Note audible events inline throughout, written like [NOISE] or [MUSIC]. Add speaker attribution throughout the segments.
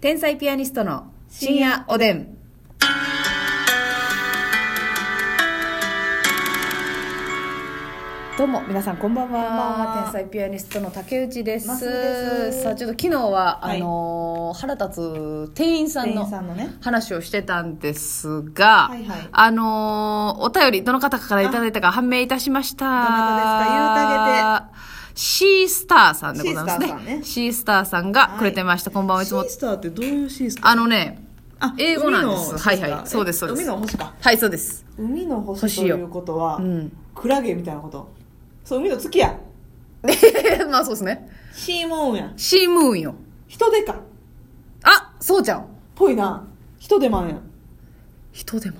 Speaker 1: 天才ピアニストの深夜おでん。どうも皆さんこんばんは
Speaker 2: こんばんは
Speaker 1: 天才ピアニストの竹内です
Speaker 2: ますです
Speaker 1: さあちょっと昨日は、
Speaker 2: はい
Speaker 1: あのー腹立つ店員さん
Speaker 2: 店
Speaker 1: の
Speaker 2: 員さんのね
Speaker 1: 話をしてたんですが、
Speaker 2: はいはい
Speaker 1: あのーお便りどの方からいただいたか判明いたしましたど
Speaker 2: なた
Speaker 1: ですか言うたげてシースターさんでございます
Speaker 2: シースターさん
Speaker 1: ね
Speaker 2: ね
Speaker 1: シースターさんがくれてました、こんばんはいつ
Speaker 2: シ
Speaker 1: も
Speaker 2: ースターってどういうシースター
Speaker 1: あのね
Speaker 2: あ
Speaker 1: 英語なんです
Speaker 2: 海のシースタ
Speaker 1: はい
Speaker 2: ー
Speaker 1: はいそうですそうです
Speaker 2: 海の星か
Speaker 1: はいそうです
Speaker 2: 海の星
Speaker 1: 星
Speaker 2: と
Speaker 1: よ
Speaker 2: いうことは、
Speaker 1: うん
Speaker 2: クラゲみたいなことそう海の月や
Speaker 1: [LAUGHS] まあそうですね
Speaker 2: シーモーンや
Speaker 1: シームーンよ
Speaker 2: 人手か
Speaker 1: あそうちゃん
Speaker 2: ぽいな人手マンや
Speaker 1: 人手間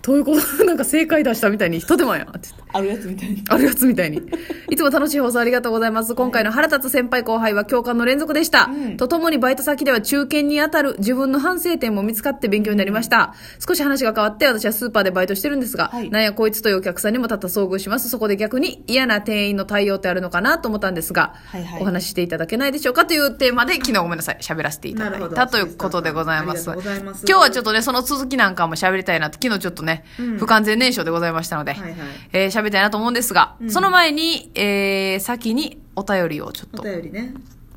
Speaker 1: どういうこと [LAUGHS] なんか正解出したみたいに人手間やって言って
Speaker 2: あるやつみたいに
Speaker 1: あるやつみたいにいつも楽しい放送ありがとうございます今回の腹立つ先輩後輩は共感の連続でした、
Speaker 2: うん
Speaker 1: とともにバイト先では中堅に当たる自分の反省点も見つかって勉強になりました、少し話が変わって私はスーパーでバイトしてるんですが、
Speaker 2: はい
Speaker 1: なんやこいつというお客さんにもたった遭遇しますそこで逆に嫌な店員の対応ってあるのかなと思ったんですが、
Speaker 2: はいはい
Speaker 1: お話ししていただけないでしょうかというテーマで昨日ごめんなさい喋らせていただ
Speaker 2: ないる
Speaker 1: た
Speaker 2: ほ
Speaker 1: と
Speaker 2: ど
Speaker 1: いうことでございます
Speaker 2: ありがとうございます
Speaker 1: 今日はちょっとねその続きなんかも喋りたいなって昨日ちょっとね、
Speaker 2: うん
Speaker 1: 不完全燃焼でございましたので、
Speaker 2: はいはい
Speaker 1: えー喋りたいなと思うんですが、
Speaker 2: うん
Speaker 1: その前に、えー先にお便りをちょっと
Speaker 2: お
Speaker 1: 読
Speaker 2: 便りね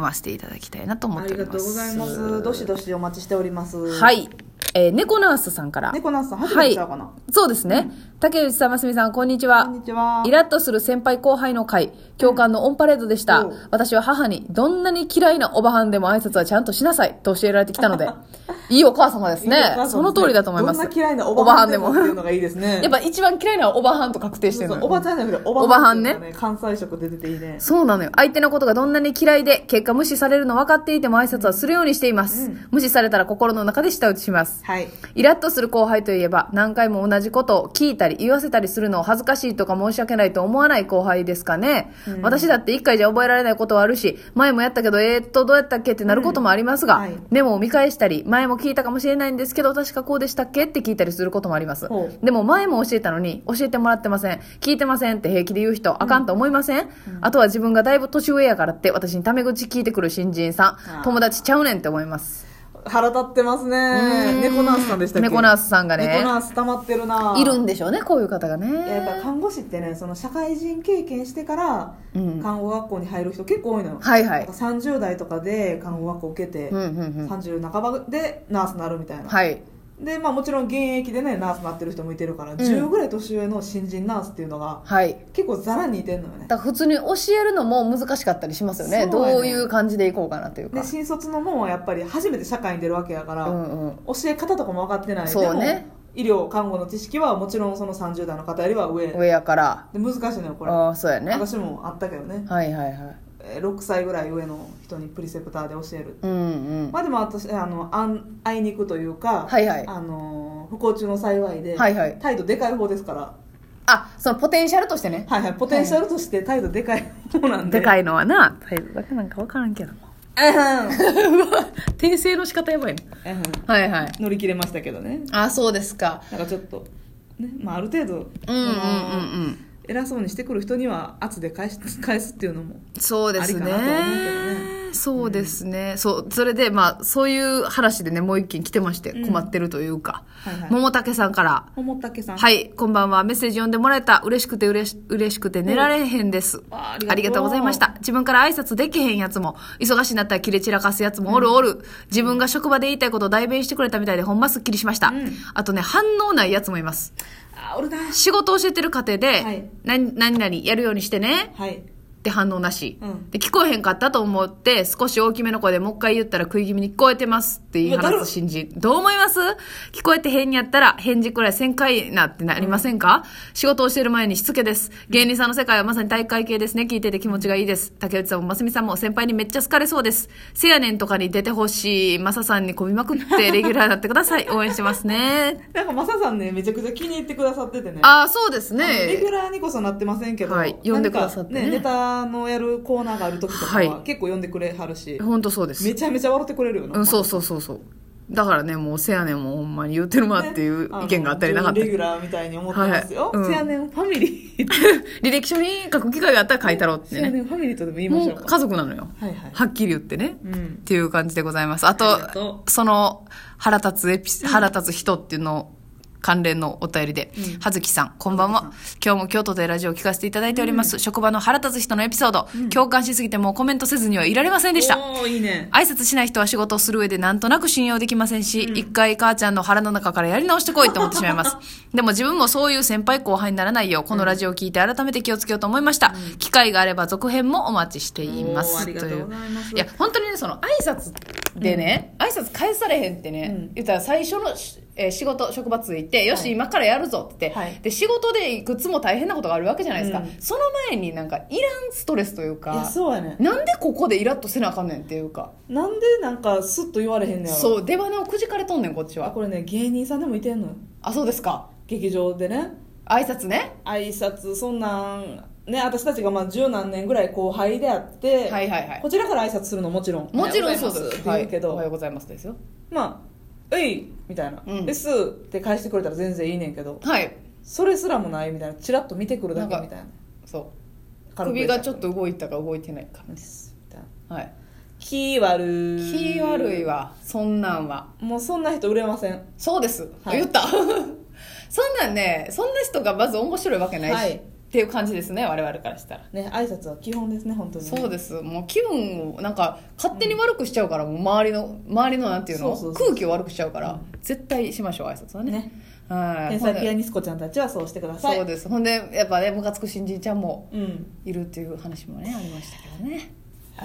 Speaker 1: ませていただきたいなと思っ
Speaker 2: あ
Speaker 1: て
Speaker 2: り
Speaker 1: おり
Speaker 2: が
Speaker 1: ます。
Speaker 2: とうございますどしどしお待ちしております
Speaker 1: はいい。えー、猫ナースさんから。
Speaker 2: 猫ナスさん初
Speaker 1: は
Speaker 2: めて
Speaker 1: い
Speaker 2: ちゃうかな、。
Speaker 1: そうですね。竹内さん、ますみさん、こんにちは。
Speaker 2: こんにちは
Speaker 1: イラッとする先輩後輩の会、共感のオンパレードでした。
Speaker 2: うんおう
Speaker 1: 私は母に、どんなに嫌いなおばはんでも挨拶はちゃんとしなさいと教えられてきた
Speaker 2: [LAUGHS]
Speaker 1: ので、いいお母様ですね。
Speaker 2: いいお母さんです
Speaker 1: その通りだと思います。
Speaker 2: どんな嫌いなおばはんでも
Speaker 1: お
Speaker 2: っ
Speaker 1: ば
Speaker 2: て
Speaker 1: は
Speaker 2: いうのがいいですね
Speaker 1: やっぱ一番嫌いなおばはんと確定して
Speaker 2: そう
Speaker 1: るの
Speaker 2: そう
Speaker 1: よ。
Speaker 2: おばちゃんじゃなくてお
Speaker 1: おばはんね
Speaker 2: っていうのが関西色で出ていいね
Speaker 1: そうなのよ。相手のことがどんなに嫌いで、結果無視されるの分かっていても挨拶はするようにしています。
Speaker 2: うん
Speaker 1: 無視されたら心の中で舌打ちします。
Speaker 2: はい
Speaker 1: イラッとする後輩といえば、何回も同じことを聞いたり言わせたりするのを恥ずかしいとか申し訳ないと思わない後輩ですかね。私だって一回じゃ覚えられないことはあるし、前もやったけど、えー、っと、どうやったっけってなることもあります
Speaker 2: うん
Speaker 1: が、
Speaker 2: はい
Speaker 1: メモを見返したり、前も聞いたかもしれないんですけど、確かこうでしたっけって聞いたりすることもあります
Speaker 2: ほ。う
Speaker 1: でも前も教えたのに、教えてもらってません。聞いてませんって平気で言う人、あかんと思いません、あとは自分がだいぶ年上やからって、私にタメ口聞いてくる新人さ
Speaker 2: あ
Speaker 1: ん、
Speaker 2: ー
Speaker 1: 友達ちゃうねんって思います。
Speaker 2: 腹立ってますね猫ナースさんでしたっけ
Speaker 1: 猫ナースさんがね
Speaker 2: 猫ナース溜まってるない
Speaker 1: るんでしょうね、こういう方がね。
Speaker 2: いややっぱ看護師ってねその社会人経験してから
Speaker 1: うん
Speaker 2: 看護学校に入る人結構多いのよ、
Speaker 1: はいは
Speaker 2: なん
Speaker 1: い
Speaker 2: か。30代とかで看護学校受けて、
Speaker 1: うんうんうん。
Speaker 2: 30半ばでナースになるみたいな、
Speaker 1: はい。
Speaker 2: でまあもちろん現役でねナースなってる人もいてるから、10ぐらい年上の新人ナースっていうのが
Speaker 1: はい。
Speaker 2: 結構ザラに似てんのよね
Speaker 1: だから普通に教えるのも難しかったりしますよね。
Speaker 2: そう
Speaker 1: ど
Speaker 2: やね
Speaker 1: ういう感じでいこうかなというか
Speaker 2: で。新卒のもんはやっぱり初めて社会に出るわけやから、
Speaker 1: うんうん。
Speaker 2: 教え方とかも分かってない
Speaker 1: そうね
Speaker 2: でも医療看護の知識はもちろんその30代の方よりは上で
Speaker 1: 上やから。
Speaker 2: 難しいのよこれ
Speaker 1: ああ、そうやね。
Speaker 2: 私もあったけどね、
Speaker 1: はいはいはい。
Speaker 2: えー6歳ぐらい上の人にプリセプターで教える、
Speaker 1: うんうん。
Speaker 2: まあでも私あのあんあいに行くというか、
Speaker 1: はいはい
Speaker 2: あのー不幸中の幸いで、
Speaker 1: はいはい
Speaker 2: 態度でかい方ですから
Speaker 1: あ、そのポテンシャルとしてね。
Speaker 2: はいはいポテンシャルとして態度でかい方なんで、い
Speaker 1: いのはな、態度だけなんかわからんけども。 [LAUGHS] 訂正の仕方やばいね。はいはい。
Speaker 2: 乗り切れましたけどね
Speaker 1: あ、そうですか。
Speaker 2: なんかちょっと、ねまあ、ある程度、
Speaker 1: うんうんうん
Speaker 2: あのー
Speaker 1: うん。
Speaker 2: 偉そうにしてくる人には圧で返し返すっていうのも
Speaker 1: そうですね
Speaker 2: ありかなとは思うけど
Speaker 1: そうですね、そうそれでまあそういう話でねもう一件来てまして
Speaker 2: うん
Speaker 1: 困ってるというか、
Speaker 2: はいはい
Speaker 1: 桃竹さんから
Speaker 2: 桃竹
Speaker 1: 「
Speaker 2: さん
Speaker 1: はいこんばんはメッセージ読んでもらえた嬉しくて嬉し嬉しくて寝られへんです」
Speaker 2: わあありがとう
Speaker 1: ありがとうございました自分から挨拶できへんやつも忙しになったら切れ散らかすやつもおるおる、自分が職場で言いたいことを代弁してくれたみたいでほんますっきりしました、
Speaker 2: うん
Speaker 1: あとね反応ないやつもいます
Speaker 2: あ俺だ
Speaker 1: 仕事を教えてる過程で、
Speaker 2: はい
Speaker 1: 何何々やるようにしてね
Speaker 2: はい
Speaker 1: って反応なし、
Speaker 2: うん
Speaker 1: で聞こえへんかったと思って少し大きめの声でもう一回言ったら食い気味に聞こえてますって言いう
Speaker 2: わだ
Speaker 1: 話
Speaker 2: る
Speaker 1: す新人どう思います聞こえてへんやったら返事くらい1000回なってなりませんか、仕事をしてる前にしつけです芸人さんの世界はまさに大会系ですね聞いてて気持ちがいいです竹内さんも真澄さんも先輩にめっちゃ好かれそうですせやねんとかに出てほしいマサさんにこびまくってレギュラーになってください応援してますね
Speaker 2: なんかマサさ [LAUGHS] んねめちゃくちゃ気に入ってくださっててね
Speaker 1: ああそうです
Speaker 2: あのレギュ
Speaker 1: ね
Speaker 2: ラーにこそなってませんけど、
Speaker 1: はい呼んでくださってね
Speaker 2: なんかネタのやるコーナーがある時とか
Speaker 1: は
Speaker 2: はい結構呼んでくれはるし、
Speaker 1: 本当そうです
Speaker 2: めちゃめちゃ笑ってくれるよな、
Speaker 1: うんそうそうそうそうだからねもうせやねんもうほんまに言ってるわっていう意見があったりなかった
Speaker 2: レ
Speaker 1: り、
Speaker 2: ギュラーみたいに思ってますよ。
Speaker 1: はいうん
Speaker 2: せやねんファミリー。
Speaker 1: [LAUGHS] 履歴書に書く機会があったら書いたろうっ
Speaker 2: せ
Speaker 1: て
Speaker 2: やね
Speaker 1: ね
Speaker 2: んファミリーとでも言いま
Speaker 1: も
Speaker 2: し
Speaker 1: う
Speaker 2: ょうか。
Speaker 1: 家族なのよ
Speaker 2: はいはい。
Speaker 1: はっきり言ってね、
Speaker 2: うん
Speaker 1: っ。ていう感じでございますあと
Speaker 2: ありがと
Speaker 1: その腹立つエピ腹立つ人っていうの関連のお便りで、
Speaker 2: うん
Speaker 1: 葉月さんこんばんは今日も京都でラジオを聞かせていただいております、職場の腹立つ人のエピソード、共感しすぎてもうコメントせずにはいられませんでした
Speaker 2: おーいいね。
Speaker 1: 挨拶しない人は仕事をする上でなんとなく信用できませんし、一回母ちゃんの腹の中からやり直してこいと思ってしまいます
Speaker 2: [LAUGHS]
Speaker 1: でも自分もそういう先輩後輩にならないようこのラジオを聞いて改めて気をつけようと思いました、機会があれば続編もお待ちしていま
Speaker 2: おーあ
Speaker 1: す
Speaker 2: りがとうございます
Speaker 1: というや本当にねその挨拶でね、挨拶返されへんってね、
Speaker 2: うん
Speaker 1: 言ったら最初のし、えー仕事職場ついてよし、今からやるぞって言って、
Speaker 2: はい
Speaker 1: で仕事でいくつも大変なことがあるわけじゃないですか、
Speaker 2: うん
Speaker 1: その前になんかいらんストレスという
Speaker 2: いや、
Speaker 1: か
Speaker 2: そうやね。
Speaker 1: なんでここでイラッとせなあかんねんっていうか
Speaker 2: なんでなんかスッと言われへんねやろ。
Speaker 1: そう出花をくじかれとんねんこっち
Speaker 2: あ、
Speaker 1: は
Speaker 2: これね、芸人さんでもいてんのよ。
Speaker 1: あそうですか
Speaker 2: 劇場でね。
Speaker 1: 挨拶ね
Speaker 2: 挨拶、そんなん、ね、私たちがまあ十何年ぐらい後輩であって、
Speaker 1: はいはいはい
Speaker 2: こちらから挨拶するのもちろん。
Speaker 1: もちろん
Speaker 2: ね
Speaker 1: そう
Speaker 2: おはよ
Speaker 1: です
Speaker 2: うございますって言うけど、
Speaker 1: はい、おはようございますですよ
Speaker 2: まあ「うい!」みたいな「
Speaker 1: うん
Speaker 2: です」って返してくれたら全然いいねんけど
Speaker 1: はい
Speaker 2: それすらもないみたいなチラッと見てくるだけ
Speaker 1: なんか
Speaker 2: みたいな
Speaker 1: そう
Speaker 2: 軽く
Speaker 1: 首がちょっ
Speaker 2: 「
Speaker 1: と動いたか動いてないか
Speaker 2: です」みたいな
Speaker 1: はい
Speaker 2: 気悪い
Speaker 1: 気悪いわそんなんは
Speaker 2: もうそんな人売れません
Speaker 1: そうです、
Speaker 2: はい
Speaker 1: 言った [LAUGHS] そんなんねそんな人がまず面白いわけないし、
Speaker 2: はい
Speaker 1: っていう感じですね我々からしたら
Speaker 2: ね挨拶は基本ですね本当に
Speaker 1: そうですもう気分をなんか勝手に悪くしちゃうから、もう周りの周りのなんていうの
Speaker 2: そうそうそう
Speaker 1: 空気を悪くしちゃうから、絶対しましょう挨拶はね
Speaker 2: ね
Speaker 1: はい
Speaker 2: 天才ピアニスコちゃんたちはそうしてください
Speaker 1: そうですほんでやっぱねムカつく新人ちゃんも
Speaker 2: うん
Speaker 1: いるっていう話もねありましたけどね
Speaker 2: ね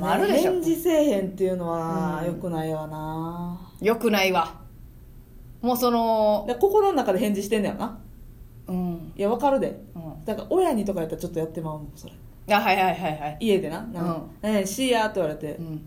Speaker 1: まああるでしょ
Speaker 2: 返事せえへんっていうのは
Speaker 1: うん
Speaker 2: よくないわな
Speaker 1: よくないわもうその
Speaker 2: で心の中で返事してんねやろな
Speaker 1: うん
Speaker 2: いやわかるで
Speaker 1: うん
Speaker 2: だから親にとかやったらちょっとやってまうもんそれ
Speaker 1: あはいはいはいはい
Speaker 2: 家でな「なんかねえしーや」って言われて
Speaker 1: うん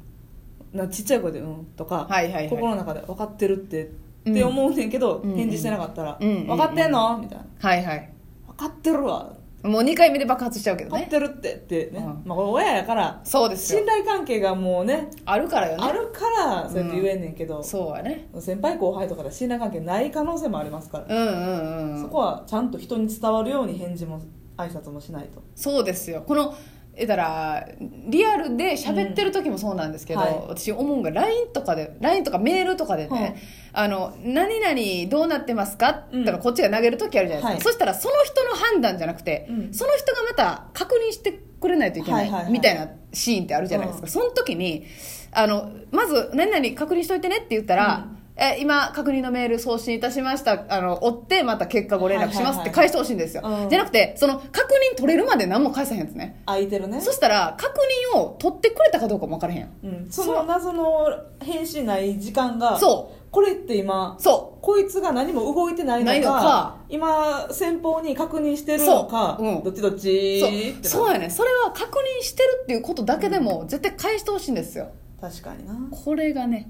Speaker 2: なちっちゃい声で「うん」とか、
Speaker 1: はいはいはい
Speaker 2: 心の中で「分かってるって」
Speaker 1: うん
Speaker 2: って思うねんけど、
Speaker 1: うん
Speaker 2: 返事してなかったら「
Speaker 1: うんうん
Speaker 2: 分かってんの?」みたいな
Speaker 1: はいはい
Speaker 2: 「分かってるわ」
Speaker 1: もう2回目で爆発しちゃうけ
Speaker 2: 「
Speaker 1: ど
Speaker 2: 分かっ
Speaker 1: ね
Speaker 2: てるって」ってね、
Speaker 1: うん
Speaker 2: まあこれ親やから
Speaker 1: そうですよ
Speaker 2: 信頼関係がもうね
Speaker 1: あるからよね
Speaker 2: あるからそうやって言えんねんけど、
Speaker 1: そうはね
Speaker 2: 先輩後輩とかで信頼関係ない可能性もありますから、
Speaker 1: うんうんうん
Speaker 2: そこはちゃんと人に伝わるように返事も挨拶もしないと
Speaker 1: そうですよこのえだからリアルで喋ってる時もそうなんですけど、
Speaker 2: うんはい
Speaker 1: 私思うんが LINE とかで LINE とかメールとかでね「あの何々どうなってますか?」って言ったら
Speaker 2: うん
Speaker 1: こっちが投げる時あるじゃないですか、そ
Speaker 2: は
Speaker 1: したらその人の判断じゃなくて、
Speaker 2: うん
Speaker 1: その人がまた確認してくれないといけな
Speaker 2: はいはいはいい
Speaker 1: みたいなシーンってあるじゃないですか、
Speaker 2: うん
Speaker 1: その時にあのまず「何々確認しといてね」って言ったら「え今確認のメール送信いたしましたあの追ってまた結果ご連絡します」って返してほしいんですよ、
Speaker 2: うん
Speaker 1: じゃなくてその確認取れるまで何も返さへんですね
Speaker 2: 空いてるね
Speaker 1: そしたら確認を取ってくれたかどうかも分からへんやん
Speaker 2: うん、その謎の返信ない時間が
Speaker 1: そ
Speaker 2: これって今
Speaker 1: そ
Speaker 2: こいつが何も動いてないのか
Speaker 1: ないのか
Speaker 2: 今先方に確認してるのか、
Speaker 1: そううん
Speaker 2: どっちどっ
Speaker 1: う
Speaker 2: ち
Speaker 1: そう
Speaker 2: って
Speaker 1: そう
Speaker 2: な
Speaker 1: やねそれは確認してるっていうことだけでも絶対返してほしいんですよ
Speaker 2: 確かにな
Speaker 1: これがね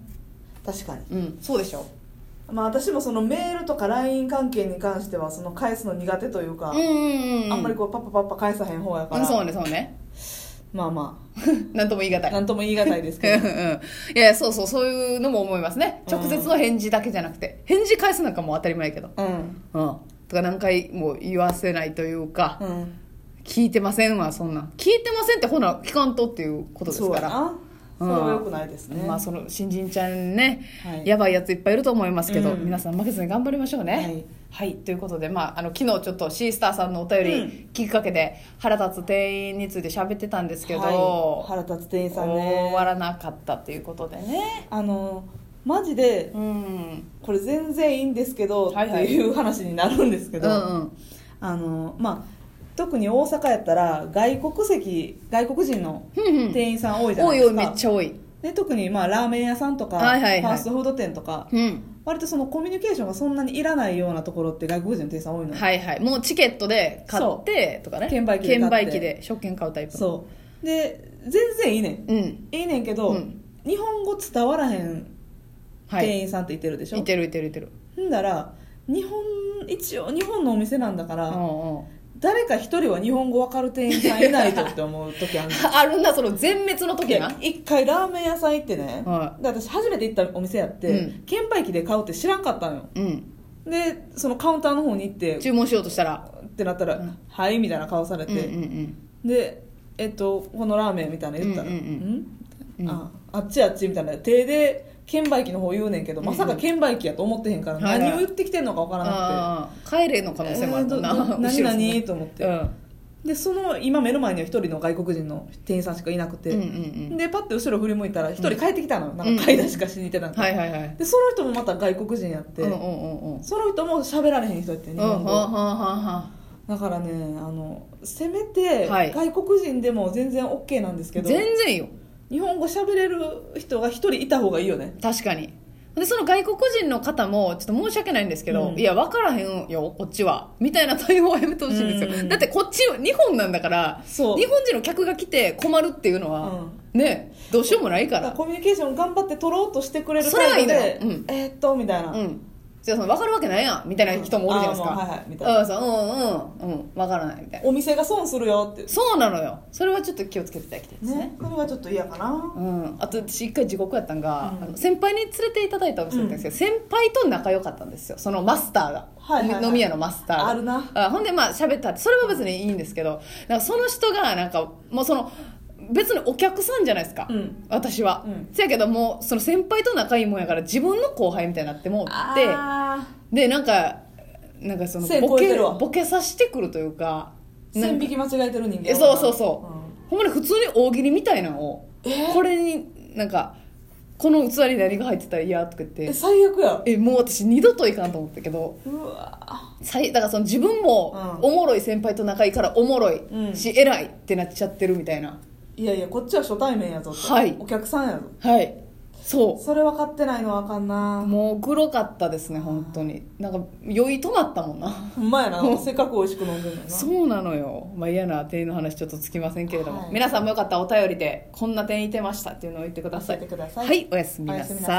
Speaker 2: 確かに
Speaker 1: うんそうでしょ
Speaker 2: まあ私もそのメールとか LINE 関係に関してはその返すの苦手というか、
Speaker 1: うんうんうん
Speaker 2: あんまりこうパッパパッパ返さへん方やか
Speaker 1: うん
Speaker 2: ら、
Speaker 1: そうねそうね [LAUGHS]
Speaker 2: まあま
Speaker 1: なんとも言い難
Speaker 2: あ
Speaker 1: い
Speaker 2: なんとも言い難いです
Speaker 1: うん
Speaker 2: け
Speaker 1: う
Speaker 2: ど
Speaker 1: [LAUGHS] んいやそうそうそういうのも思いますね直接の返事だけじゃなくて返事返すなんかもう当たり前やけど
Speaker 2: うん
Speaker 1: うんとか何回も言わせないというか
Speaker 2: うん
Speaker 1: 聞いてませんわそんなん聞いてませんってほな聞かんとっていうことです
Speaker 2: そう
Speaker 1: か
Speaker 2: や
Speaker 1: ら
Speaker 2: なそれはよくないですね、
Speaker 1: まあその新人ちゃんね、
Speaker 2: はい
Speaker 1: やばいやついっぱいいると思いますけど、
Speaker 2: うん
Speaker 1: 皆さん負けずに頑張りましょうね。はい、ということで、まあ、あの昨日ちょっとシースターさんのお便
Speaker 2: うん
Speaker 1: りきっかけで腹立つ店員について喋ってたんですけど、
Speaker 2: はい、腹立つ店員さん
Speaker 1: 終わ
Speaker 2: ね
Speaker 1: らなかったということでね。
Speaker 2: あのマジで
Speaker 1: うん、
Speaker 2: これ全然いいんですけど、
Speaker 1: はいはい
Speaker 2: っていう話になるんですけど、
Speaker 1: うんうん
Speaker 2: あのまあ特に大阪やったら外国籍外国人の
Speaker 1: ふんふん
Speaker 2: 店員さん多いじゃ
Speaker 1: 多
Speaker 2: ない
Speaker 1: い
Speaker 2: で
Speaker 1: 多い
Speaker 2: すか、
Speaker 1: めっちゃ多い、
Speaker 2: で特にまあラーメン屋さんとか、
Speaker 1: はいはいはい
Speaker 2: ファーストフード店とか
Speaker 1: うん、
Speaker 2: 割とそのコミュニケーションがそんなにいらないようなところって外国人の店員さん多いの、
Speaker 1: はいはいもうチケットで買ってとかね
Speaker 2: 券売機で買って
Speaker 1: 券売機で食券買うタイプの
Speaker 2: そうで全然いいねん
Speaker 1: うん
Speaker 2: いいねんけど、
Speaker 1: うん
Speaker 2: 日本語伝わらへん
Speaker 1: は
Speaker 2: 店
Speaker 1: い
Speaker 2: 員さんっていてるでしょ、
Speaker 1: いてるいてるいてる
Speaker 2: んだら日本一応日本のお店なんだから、
Speaker 1: うんうん [LAUGHS]
Speaker 2: 誰か一人は日本語わかる店員さんいないとって思う時あるんです
Speaker 1: あるなその全滅の [LAUGHS] 時
Speaker 2: で
Speaker 1: な
Speaker 2: 一回ラーメン屋さん行ってね、
Speaker 1: はい
Speaker 2: で私初めて行ったお店やって、
Speaker 1: うん
Speaker 2: 券売機で買うって知らんかったのよ
Speaker 1: うん
Speaker 2: でそのカウンターの方に行って
Speaker 1: 注文しようとしたら
Speaker 2: ってなったら「
Speaker 1: うん
Speaker 2: はい」みたいな顔され
Speaker 1: う
Speaker 2: て
Speaker 1: ん、うん
Speaker 2: で「えっとこのラーメン」みたいなの言ったら「
Speaker 1: うんうんうんうん
Speaker 2: ああっちあっち」みたいな手で券売機の方言うねんけど、まさか券売機やと思ってへんから、
Speaker 1: はいはい
Speaker 2: 何を言ってきてんのかわ
Speaker 1: う
Speaker 2: か
Speaker 1: ん
Speaker 2: らな
Speaker 1: ああ帰れの可
Speaker 2: くて
Speaker 1: 能性もあるもんな、
Speaker 2: えーどど何
Speaker 1: 後ろに
Speaker 2: 何と思って、
Speaker 1: うん
Speaker 2: でその今目の前には一人の外国人の店員さんしかいなくて、
Speaker 1: うんうんうん
Speaker 2: でパッて後ろ振り向いたら一人帰ってきたのよ、なんか買い出しかしに行ってたんか、
Speaker 1: はいはいはい
Speaker 2: でその人もまた外国人やって、
Speaker 1: うんうんうんうん
Speaker 2: その人も喋られへん人やって
Speaker 1: うん
Speaker 2: 日
Speaker 1: は
Speaker 2: 本
Speaker 1: ん
Speaker 2: 語、
Speaker 1: はんはんは
Speaker 2: だからねあのせめて
Speaker 1: はい
Speaker 2: 外国人でも全然 OK なんですけ
Speaker 1: ん
Speaker 2: ど、
Speaker 1: 全然よ
Speaker 2: 日本語喋れる人が一人いた方がいいよね
Speaker 1: 確かにでその外国人の方もちょっと申し訳ないんですけど、
Speaker 2: うん
Speaker 1: いや分からへんよこっちはみたいな対応はやめてほしいんですよ、
Speaker 2: うん
Speaker 1: だってこっち日本なんだから
Speaker 2: そう
Speaker 1: 日本人の客が来て困るっていうのは、ねどうしようもないか
Speaker 2: だから
Speaker 1: ら、
Speaker 2: コミュニケーション頑張って取ろうとしてくれる
Speaker 1: それはいい
Speaker 2: 態度
Speaker 1: のよ
Speaker 2: で
Speaker 1: うん
Speaker 2: えーっとみたいな、
Speaker 1: うんじゃあその分かるわけないやんみたいな人もおるじゃないですか、
Speaker 2: うんあーもうはいはいみたいな
Speaker 1: うんそううんうんうん分からないみたいな
Speaker 2: お店が損するよって
Speaker 1: そうなのよそれはちょっと気をつけていただきたいですね
Speaker 2: ねそれはちょっと嫌かな
Speaker 1: うん、あと私一回地獄やったんが、
Speaker 2: うん
Speaker 1: あの先輩に連れていただいたお店だったんですけど、先輩と仲良かったんですよそのマスターが、
Speaker 2: はいはいはい
Speaker 1: 飲み屋のマスターが
Speaker 2: あるな
Speaker 1: あほんでまあ喋ったってそれは別にいいんですけどなんかその人がなんかもうその別にお客さんじゃないですか、
Speaker 2: うん
Speaker 1: 私は、
Speaker 2: うん
Speaker 1: せやけどもうその先輩と仲いいもんやから自分の後輩みたいになってもうって
Speaker 2: あ
Speaker 1: でなんかなんかその
Speaker 2: 線
Speaker 1: ボ
Speaker 2: 超え
Speaker 1: ケ
Speaker 2: てるわ
Speaker 1: ボケさせてくるというか
Speaker 2: ー
Speaker 1: なん
Speaker 2: 線
Speaker 1: か
Speaker 2: 引き間違えてる人間
Speaker 1: えそうそうそう、
Speaker 2: ん
Speaker 1: ほんまに普通に大喜利みたいなのを、これになんかこの器に何が入ってたら嫌とか言っ
Speaker 2: え
Speaker 1: て
Speaker 2: 最悪や
Speaker 1: えもう私二度といかんと思ったけど
Speaker 2: うわ
Speaker 1: 最だからその自分も
Speaker 2: うん
Speaker 1: おもろい先輩と仲いいからおもろ
Speaker 2: う
Speaker 1: い
Speaker 2: ん
Speaker 1: し、偉いってなっちゃってるみたいない
Speaker 2: やいやこっちは初対面やぞと
Speaker 1: はい
Speaker 2: お客さんやぞ
Speaker 1: はいそ
Speaker 2: それ分かってないのはあかん
Speaker 1: う
Speaker 2: な
Speaker 1: もうグロかったですね本当になんか酔い止まったもんな
Speaker 2: ほんまやなせっかく美味しく飲んでるのにな
Speaker 1: そうなのよ、まあ、嫌な店員の話ちょっとつきませんけれども、
Speaker 2: はい
Speaker 1: 皆さんもよかったらお便りでこんな店員いてましたっていうのを言ってください
Speaker 2: 教えてください
Speaker 1: はいおやすみな
Speaker 2: おやすみな
Speaker 1: さ
Speaker 2: さ
Speaker 1: い
Speaker 2: い